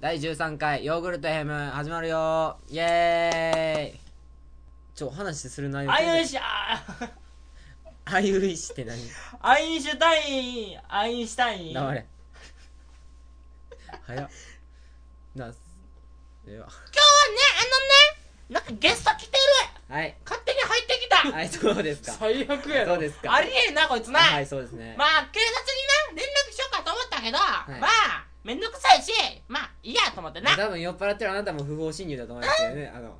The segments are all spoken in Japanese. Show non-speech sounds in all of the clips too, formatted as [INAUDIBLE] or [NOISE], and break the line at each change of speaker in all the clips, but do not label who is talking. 第13回ヨーグルトヘム始まるよイエーイちょ、お話しする内容
アインシュ、あ
あいういしって何
アインシュタイン、アインシュタイン。
黙れ。早っ。な、では。
今日はね、あのね、なんかゲスト来てる
はい。
勝手に入ってきた、
はい、そうですか。
最悪やろ。
そうですか
ありえんな、こいつな。
はい、そうですね。
まあ、警察にな、連絡しようかと思ったけど、
い
まあ、めんどくさいし、まあ、いいやと思ってな。
多分酔っ払ってるあなたも不法侵入だと思いますけどね。あの、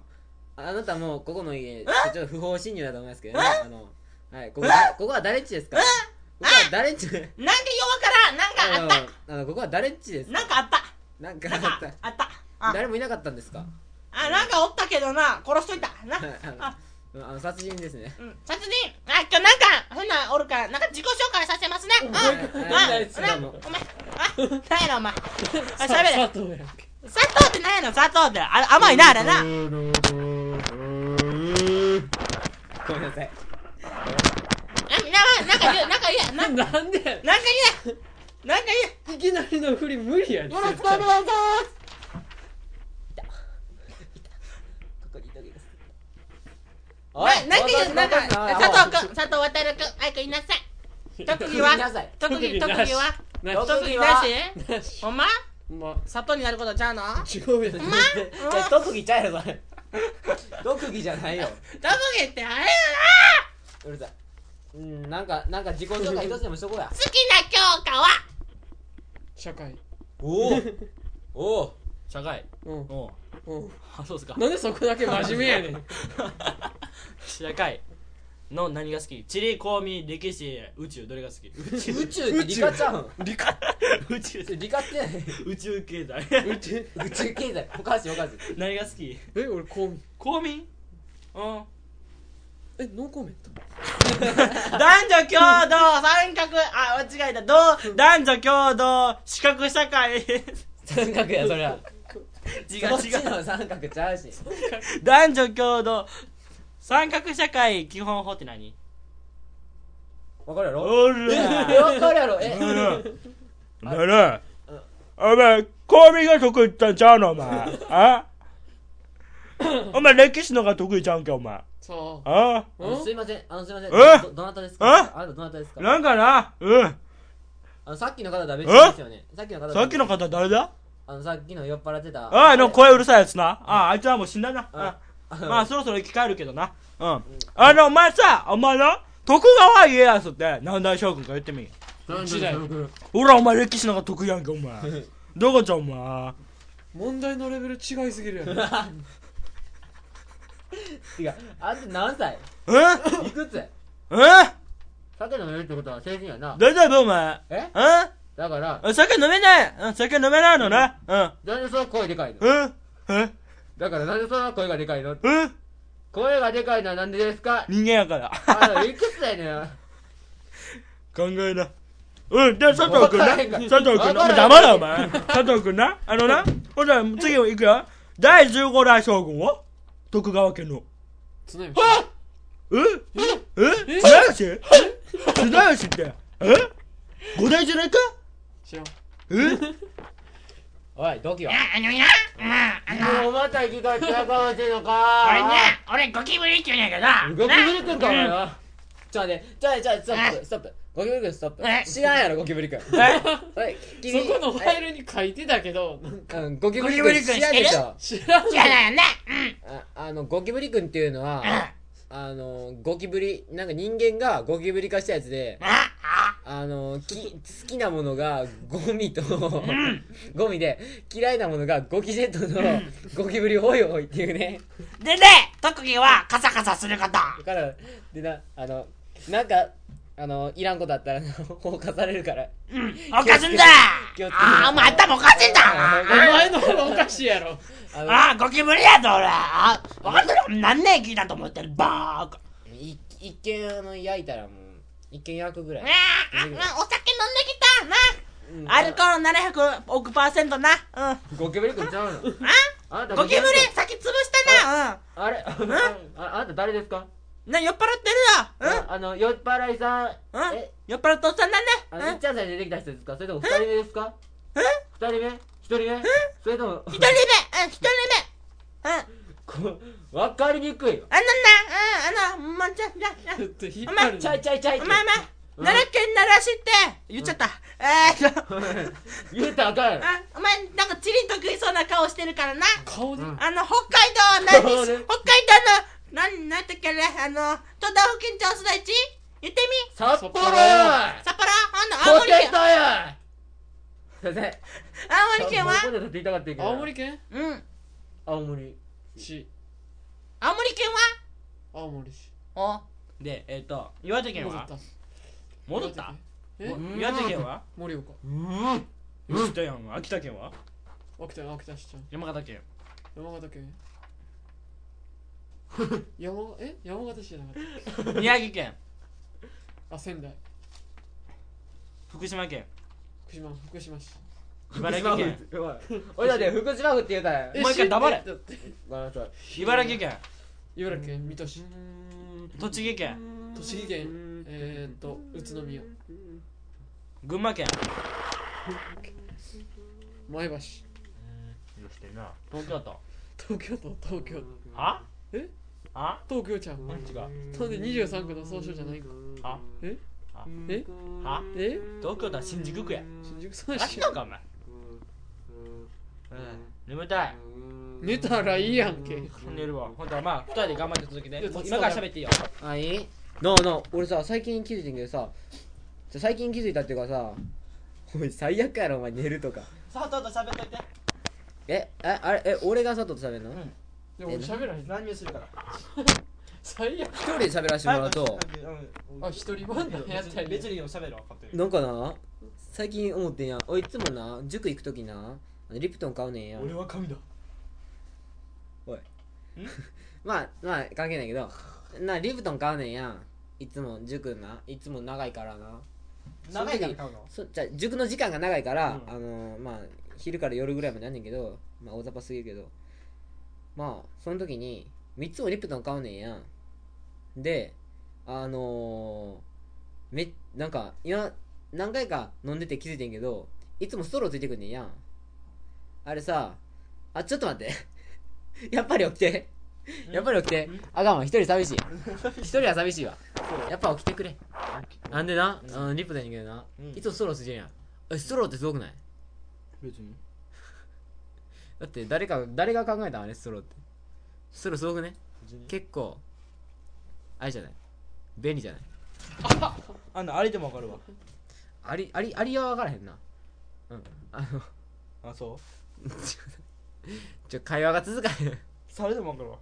あなたもここの家、ちょっと不法侵入だと思いますけどね。あの、はい、ここは、ここは誰っちですかここは誰っち
なんで弱からん、なんかあっ
[LAUGHS] あの、ここは誰っちです
た。なんかあった。
なんか
なん
あ
か
っ
あった。
た。
あ
誰もいなかったんですか
あ、なんかおったけどな、殺しといた。な
はい。あ
あ
のあの、殺人ですね。
うん、殺人あ今日なんか変なおるからなんか自己紹介させますねうん
はい
あ
はい
な
ど
お
う
前
も
あなんやろお [LAUGHS] 前あ喋れ
藤やんけ。
砂糖ってなんやろ砂糖ってあれ甘いなあれ
ご
な
めんなさい。
えななんか言うなんか言うななんか
なんで
言うなんか
いきなりの振り無理や
言う
ね
よろしくお願いします
ここにいとけです。
ななんか言うなんか佐藤君佐藤渡君あいくんいなさい特技
いなさ
はい特技特
特技なし
技は
な
どうぞ
特技なし
なし
ほんま
ほんま
砂糖になることちゃうの
違うやん
じゃあ特 [LAUGHS] 技ちゃうよそれ特技じゃないよ
特技ってあれやな
うるさいうんなんかなんか自己紹介一つでもしとこうや
好きな教科は
社会
おおお
社会
うん
おう
うん
あそうですか
なんでそこだけ真面目やねん
社会の何が好き地理公民歴史宇宙どれが好き宇宙
宇宙って理科ちゃうん
理科宇宙
理科って
宇宙経済
うち
宇宙経済おかしいおかしい
何が好き
え俺公民
公民うん
えノーコメント
男女共同三角あ間違えたどう男女共同視覚社会違
三角やそれは
違
こっ
う
ち
違う
の三角ちゃうし
男女共同三角社会基本法って何
わかるやろ
お
えわかるやろえ
ならお前公民が得意ってんちゃうのお前あお前歴史のが得意ちゃうんけお前
そ
あ
あ
う
の
ん
すいませんあのすいません
え
どどなたですか
え
あなたどなたですか
なんかなうん
あのさっきの方ダメですよねさっきの方
さっきの方誰だ
あのさっきの酔っ払ってた
ああの声うるさいやつな。ああ、あいつはもう死んだな。あ
あ
あ
の
まあそろそろ生き返るけどな。うん。あの、お前さ、お前な、徳川家康って何代将軍か言ってみ。
う時代
ほら、お前歴史なんか得意やんけ、お前。
[LAUGHS]
どこちゃん、お前。
問題のレベル違いすぎるやん
違うあんた何歳
え
いくつ
え
酒飲めるってことは成人やな
大丈夫お前。
え
え
だから
酒飲めない。うん、酒飲めないのな。うん。
なんでその声でかいの
うん。え
だからなんでその声がでかいの
うん
声がでかいのはなんでですか
人間やから。
あのいくつだ [LAUGHS] よね
考えな。うん、じゃあ佐藤君
わか
な。
らへんから
佐藤君な。お前黙れ、お前。佐藤君な。あ
[LAUGHS]
のな。ほんじゃ、次行くよ。第15代将軍は徳川家の。
常に
ええ綱吉綱吉って。え五代じゃないか
知らん
え
おいド [LAUGHS] キは
あのなうんあの
もうまた行き返ってやかましいのか
俺ね俺ゴキブリって言うんやけど
ゴキブリくんかお前
な
はちょっと待ってちょっと待ってちょっと待ってストップストップゴキブリくんストッ
え
プ知らんやろゴキブリくんそれ
そ
君
このファイルに書いてたけど
うんゴキブリくん知らんでしょ
知らん
うん嫌だよね
ああのゴキブリくんっていうのは
うんうん
あのゴキブリなんか人間がゴキブリ化したやつで
ああ
あのき好きなものがゴミとゴミで嫌いなものがゴキジェットのゴキブリおいおいっていうね
でね特技はカサカサすること
だからでなあのなんかあのいらんことあったら放火されるから
うんおかしいんだ
気をつけて
ああお前頭おかしいん
あ
お
だ
前の方がおかしいやろ
あの
ああゴキブリやぞ俺あ分かってる何年聞いたと思ってるバーカ
い一見あの焼いたらもう一見焼くぐら
あ
い
あ、ああお酒飲んできたな
うん
アルコール700億パーセントな。うん。
ゴキブリくんちゃうの [LAUGHS] あなた
ゴキブリ先潰したな。
あれああなた誰ですか
うん。な、酔っ払ってるよ。
ああの酔っ払いさん
うん。うん
え。
酔っ払ったおっさんだね
あ。のいっちゃんさんに出てきた人ですかそれとも二人目ですか
うん。
二人目一人目それとも
一人目うん一人目うん
[LAUGHS] こ分かりにくいわ
あのなうんあのまちゃちゃちゃ
ちょっと引っ張る
ちゃいちゃいちゃいちゃ
お
い
前お前
うん
奈良県奈良市って言っちゃったえーっ [LAUGHS] と
[LAUGHS] 言うたらあかんやろ
あお前なんかチリと食いそうな顔してるからな
顔で
うん
あの、北海道、何
そう
し、北
ね
海道の、何、何だっけあれ、あの、都道府県庁所在地言ってみ
札
そ
幌
こらや
札幌あの、青
ポ
森
ケッ
県
トや先生
青森県は
こで立っていたかったけど
青森県
うん。
青森
市
青森県
青森市
はおで、えっ、と、岩手
戻った
戻
え
うん
岩手県は
盛岡
うん
うんやん秋田県は
秋田秋田市ちゃん
山形県
山形県 [LAUGHS] 山え山形市じゃなかっ
宮城県、
たあ仙台
福島県
福島福島市
福島府って [LAUGHS] おい俺だって福島府って言うたら
え
もう一回黙れ
市だって
ごめんなさい
茨城県
茨城県水戸市
栃木県
栃木県えーっと宇都宮
群馬県
前橋
よしてるな東京都
東京都東京都
あ
え
あ
東京ちゃん
違う
なんで23区の総称じゃないか
あ
え
あ
え
あ
え
東京都は新宿区や
新宿総
飽き
称
たんかお前眠たい
寝たらいいやんけ
寝るわほんとはまあ二人で頑張って続けて
いや
もう今から喋っていいよ
あいいなあなあ俺さ最近気づいてんけどさじゃ最近気づいたっていうかさお前最悪やろお前寝るとか
佐藤と喋っといて。
えああれえ俺が佐藤と喋るの、
ん
でも俺喋らへん
乱入するから。
最悪
一人で喋らせてもらうと
あ一人分だやったり
に喋るわ、勝手に。
なんかな最近思ってんや俺いつもな塾行く時なあのリプトン買うねんや
は神だ
まあまあ関係ないけどなリプトン買うねんやいつも塾ないつも長いからな
長いから買うの
そじゃあ塾の時間が長いから、
うん
あのーまあ昼から夜ぐらいまでなんねんけどまあ大雑把すぎるけどまあその時に3つもリプトン買うねんやんであのーめなんか今何回か飲んでて気づいてんけどいつもストローついてくんねんやんあれさあちょっと待って [LAUGHS] やっぱり起きてやっぱり起きてあかんわ一人寂
[LAUGHS]
しい一人は寂しいわやっぱ起きてくれなんでな、あのリップだんやけどな、
うん
いつもストローついてるやんえストローってすごくない
別に
だって誰か誰が考えたんあれストローってストローすごくね結構あれじゃない便利じゃない
あんなありでもわかるわ
ありありありは分からへんなうんあの
あそう
ちょ会話が続かへんい
それでもわかるわ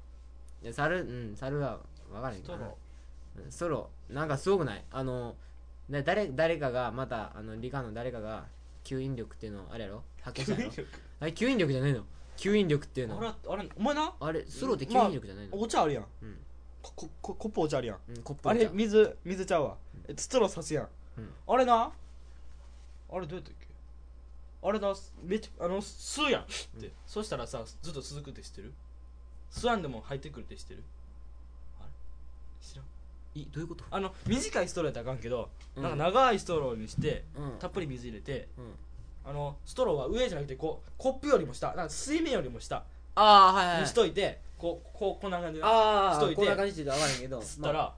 や猿うん猿は分からへんかな
ストロ
うんストローなんかすごくないあのね誰誰かがまたあの理科の誰かが吸引力っていうのをあれやろ発見したやろあれ吸引力じゃないの吸引力っていうの
あれあれお前な
あれスローって吸引力じゃないの、
お茶あるやん
うん
こここコップお茶あるやん
うん、コップ
あ
お茶
れ水水ちゃうわえストロー刺すやん、
うん
あれなあれどうやったっけあれなめっちゃあの吸うやんって、そしたらさずっと続くって知ってる吸わんでも入ってくるって知ってるあれ知らん
いどういうこと
あの短いストローやったらあかんけど、
うん
なんか長いストローにして
うん
たっぷり水入れて
うん
あのストローは上じゃなくてこうコップよりも下なんか水面よりも下
ああはいはい
にしといて、こうこうこんな感じで
あ
し
あ
といて
こんな感じで言うと分からへんけど
[LAUGHS] 吸ったら、
まあ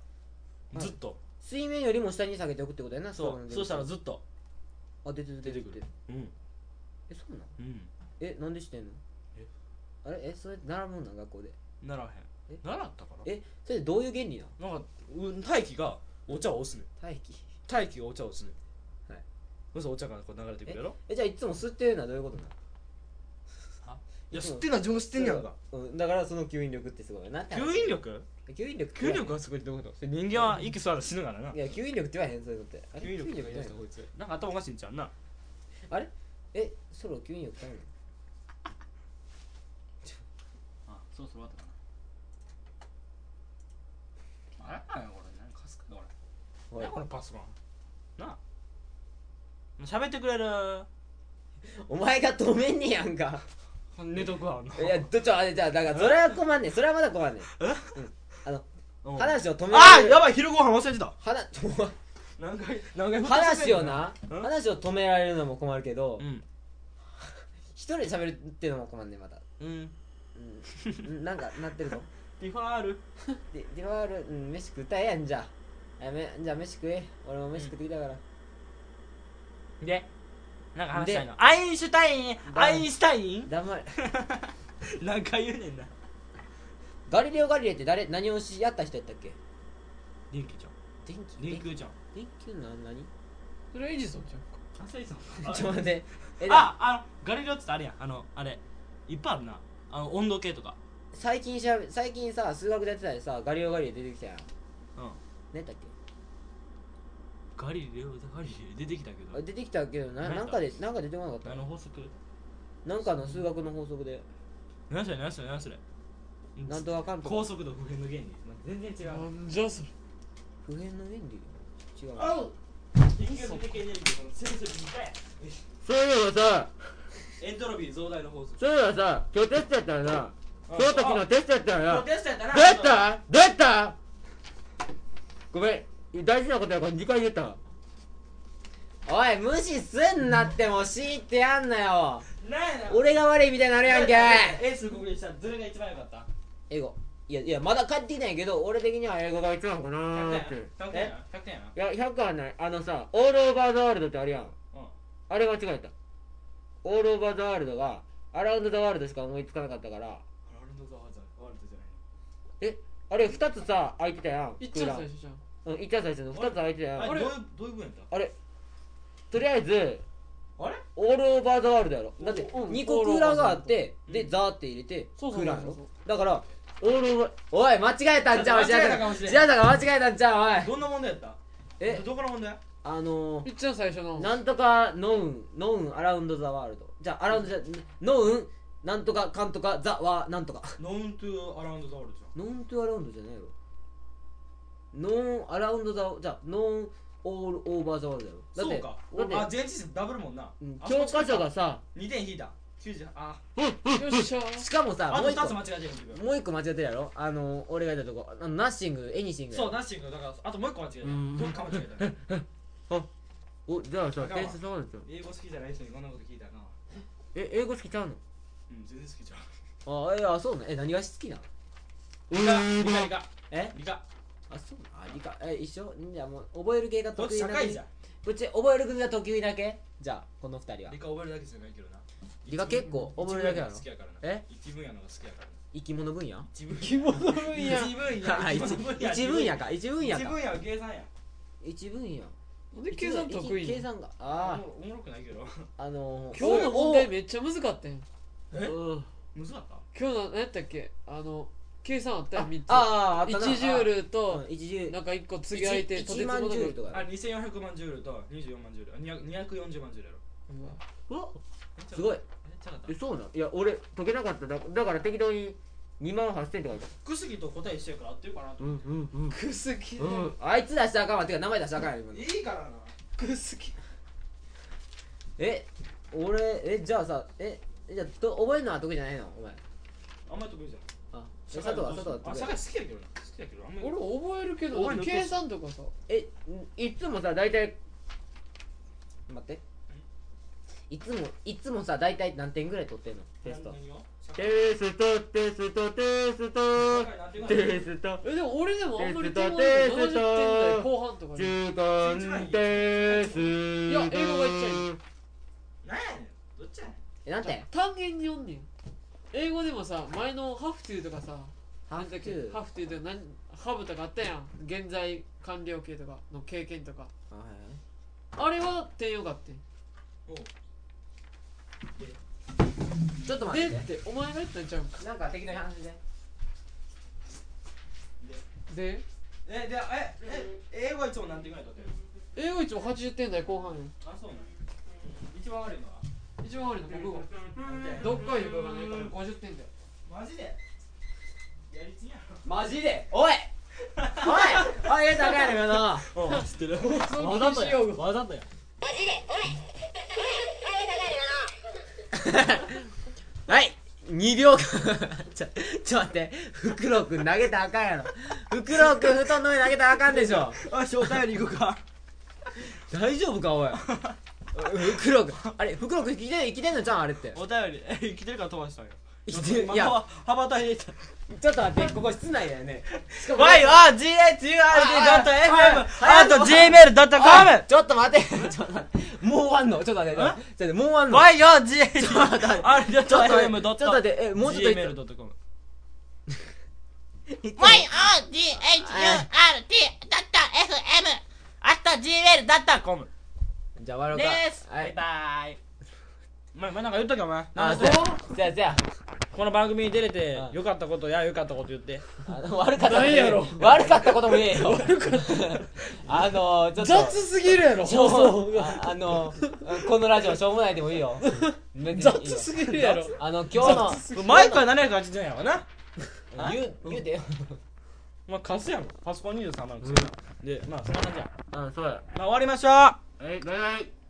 うん
ずっと、
水面よりも下に下げておくってことやな
そうそうしたら
あ
ずっと
出てる出て
出て
る
くるうん
えそうなの
うん
えなんでしてんの
え
あれえそれ習うもんなん学校で
ならへん
え
習ったか
えそれどういう原理なの
らなんかう大気がお茶を押すねん
体液
大気がお茶を押すねん
はい
そしたらお茶がこう流れてくるやろ
えじゃあいつも吸ってるのはどういうことなの
いや吸ってんのは自分吸ってんねやんか
うんだからその吸引力ってすごいよな
吸引力
吸引力って
吸引力がすごいってどういうことそれ人間は息吸われ死ぬからない
や吸引力って言わへんそういうのってあれ
吸引力と
って
か言い出
言わへ
し
ん
た
の
こいつなんか頭おかしいんちゃうな
あれえソロ吸引力ってあるの
あそろそろ終わったかなあれかよこれ何かすかこれ
おい
何このパソコンなあ喋ってくれる
お前が止めんねやんか
寝とくわ
いや、どちょ、あれ、じゃあ、だから、それは困んねん。それはまだ困んねん。
え
うん。あの、
うん
話を止めら
あ
れる。
やばい昼ご飯忘れてた
話、ちょ
何回何回
話をな、
うん
話を止められるのも困るけど
う、ん
一一人で喋るっていうのも困んねまた、
うん
うん、なんかなってるぞ
ディファール
でディファール、うん、飯食ったらええやんじゃあやめじゃあ飯食え俺も飯食ってきたから、
でなんか話したいの
で
アインシュタインアインシュタイン
黙れ
何回言うねんな
ガリレオ・ガリレイって誰何をしやった人やったっけ
電気じゃん
電気
電球じゃん
電球なん何ち
それはエジソンじゃんか
あそうそ
[LAUGHS]
う
ょっと待ってえ
ああのガリレオってあれやんあのあれいっぱいあるなあの温度計とか
最近しゃべ最近さ数学でやってたらさガリレオ・ガリレイ出てきたやん
うん
何やったっけ
ガリレオガリレオ出てきたけ
あ
ど
出てきたけどな
何や
な
っ
ん
た
かでなんか出てこなかった
何の法則
なんかの数学の法則で
何それ何それ何それ
なんとかかんとか
高速度不変の原理ま全然違う
なんじゃそれ
普遍の原理違う
あ結局的に言うけど先生2回や
そういうのさ、
エントロピー増大の法則
そういうのさ、今日テストやったよな。今日たちのテストやったよ
あもう
な。
テストやったな
出た出たごめん、大事なことやから2回言った。
おい無視すんなってもう強いてやんなよ
なんやな
俺が悪いみたいになるやんけ
エース国にしたらどれが一番良かった
英語いやいやまだ帰ってきたんやけど俺的には英語が一番かなーってい
100点やな100点やな
や、100はない。あのさ、オールオーバーザワールドってあるやん。
うん
あれ間違えた。オールオーバーザワールドが、アラウンドザワールドしか思いつかなかったから、
ワールドザワールドワールドじゃない
あれ2つさ、空いてたやん。
いっちゃう
空
最
欄
初じゃん
うん、1つ最初の2つ空いてたやん。
あれ
あ
ど
れ
ういうどういう分やった
とりあえず、
あれ
オールオーバーザワールドやろ。
だって
うん
2個空欄があって
うん
でザーって入れて
そうそう
空
そう
欄や
そう
ろだから
オールオーバー、
おい間違えたんちゃう
間違えたか
か
もしれん
白坂間違えたんちゃうおい
どんな問題やった
え
どこの問題
あの
いっちゃう最初
ー
の
なんとかノウンノウンアラウンドザワールドじゃあアラウンドじゃノウンなんとかかんとかザワなんとか
ノーントゥアラウンドザワールドじゃん
ノントゥアラウンドじゃないよノンアラウンドザじゃあノンオールオーバーザワールドやろだ
そ
っ
う
て
か
だって
あ全知識ダブルもんな
うん
あ
教科書がさ、
2点引いた90あ
よっしゃ
しかもさ
あ
も
と
う一
2つ
個
間違えてる自分
もう一個間違ってるやろあの俺がいたとこあのナッシングエニシングや
そ
ろ
うナッシングだからあともう1個間違えた
うん
どっか間違
[LAUGHS]
えた
お、じゃあさ、
あかんわ
点数下がるんですよ。
英語好きじゃない人にこんなこと聞いたらな
え、英語好きちゃう
う
の
ん全然好きじゃん
あいやそうねえ何が好きなの
理科理科理科
え
理科
あそうなのあ理科え一緒じゃあもう覚える系が
どっ
得
ち
意
社
な
会じゃ
だ
ん
けうち覚える系が得意だけじゃあこの二人は
理科覚えるだけじゃないけどな
理科結構覚えるだけやろ
一分野のが好きやからな
え
一分野のが好きやからな
生き物分野
一分
着物の分野
一分
[LAUGHS] あ
野
一一分野か一分野
一
か
分野は計算や
一分野
なんで計算得意
計
な
算
の
がああ
おもろおもろくないけど
あのー、
今日の問題
お
めっちゃ難かったやん
え
うん
むずかった
今日の何やったっけあの計算あったやん3つ
あああったな
1ジュール
あうん
と
1ジュール
なんか1個継ぎ空いてとて
1
つもな
万ジュール
く
とか
あ
や
2400万ジュールと24万ジュールあ200 240万ジュールやろ
うわ
うわ
ろすご
い
い
ちゃかった
え、そうなのいや、俺、解けなかった。だだから適当に2万8000って書いた。
福杉と答えしてるから合ってるかなと
うんうんうん。
くすきだ
うん。
あいつ出したらあかんわてか名前出したらあかんやろ今の
いいからな
くすき
え俺えじゃあさえじゃあと覚えるのは得意じゃないのお前
あんまり得意じゃん
あえ佐藤は佐藤は
あ
得
社会好きやけどな好きやけどあんまり
俺覚えるけど
覚える
計算とかさ
え、いつもさ、大体、
意待っていつもいつもさ大体何点ぐらい取ってんのテスト
何を社会
テスト、テスト、テスト
社、会なんていうかな
テスト、
えでも俺でもあんまり
テス
点
ト
はない70点
テスト
台後半とかに
中間テスト。
いや英語がいっちゃい
なんやねんどっちやねん
えなんて
単元に読んねん英語でもさ前のハフトゥーとかさ
ハーフトゥー
ハフトゥーとかなんハブとかあったやん現在完了形とかの経験とか
あはいはい
あれは点よかってん
おう
ちょっと待
で
っ
っててお前が言ったんちゃうんか
なんか適当に話して
で
えでええ英語はいつも何点ぐらい取ってる
英語一応80点台後半やん
あそうなの一番悪いのは
一番悪いの国語
何点
どっかいとかがないから50点だよ
マジでやりすぎや
マジでおいおいおい入れたらあかんやろ今の
ろうん知って [LAUGHS] る
わざとや
わざとや
はい2秒間ちょちょっと待ってフクロウくん投げたらあかんやろフクロウくん布団の上に投げたらあかんでしょ
あ正体より行こうか
大丈夫かおい袋くんあれ袋くん生きてん生きてんのじゃうんあれって
お便りえ生きてるから飛ばしたんよ
生きてるい
いや
や
羽ばたいていた
ちょっと待ってここ室内だよねしかも
y
あ
o g h u r d f
はい
m あと gmail.com
ちょっと待ってちょっと待って [LAUGHS] もう終わんのちょっと待ってちょっと待ってもう終わんの
y o g h
ちょっと待ってちょっと待っ
r
てちょっと待
m
ってちょっと待ってえもうちょっと言っ
gmail.com
て
YOGHURT.FM あと gmail.com
じゃあ終わろうか
です
は
バ
い
イバイ
お前お前なんか言ったっけお前
あ
なん
そ
か
うじゃあじゃ
この番組に出れて
うん
よかったことやよかったこと言って
ああの悪かったこと
なんやろ
悪かったこともねえよ悪かった [LAUGHS] あのちょっと
雑すぎるやろ
しょ
放
う
送が
ああのこのラジオしょうもないでもいいよ別にいいよ
雑すぎるやろ
あの今日の
毎回780円やわな
言う言うてよ
まあ貸すやんパソコン23万貸すやんでまあそんな感じや
うんそうや
まあ終わりましょう
はいバイバイ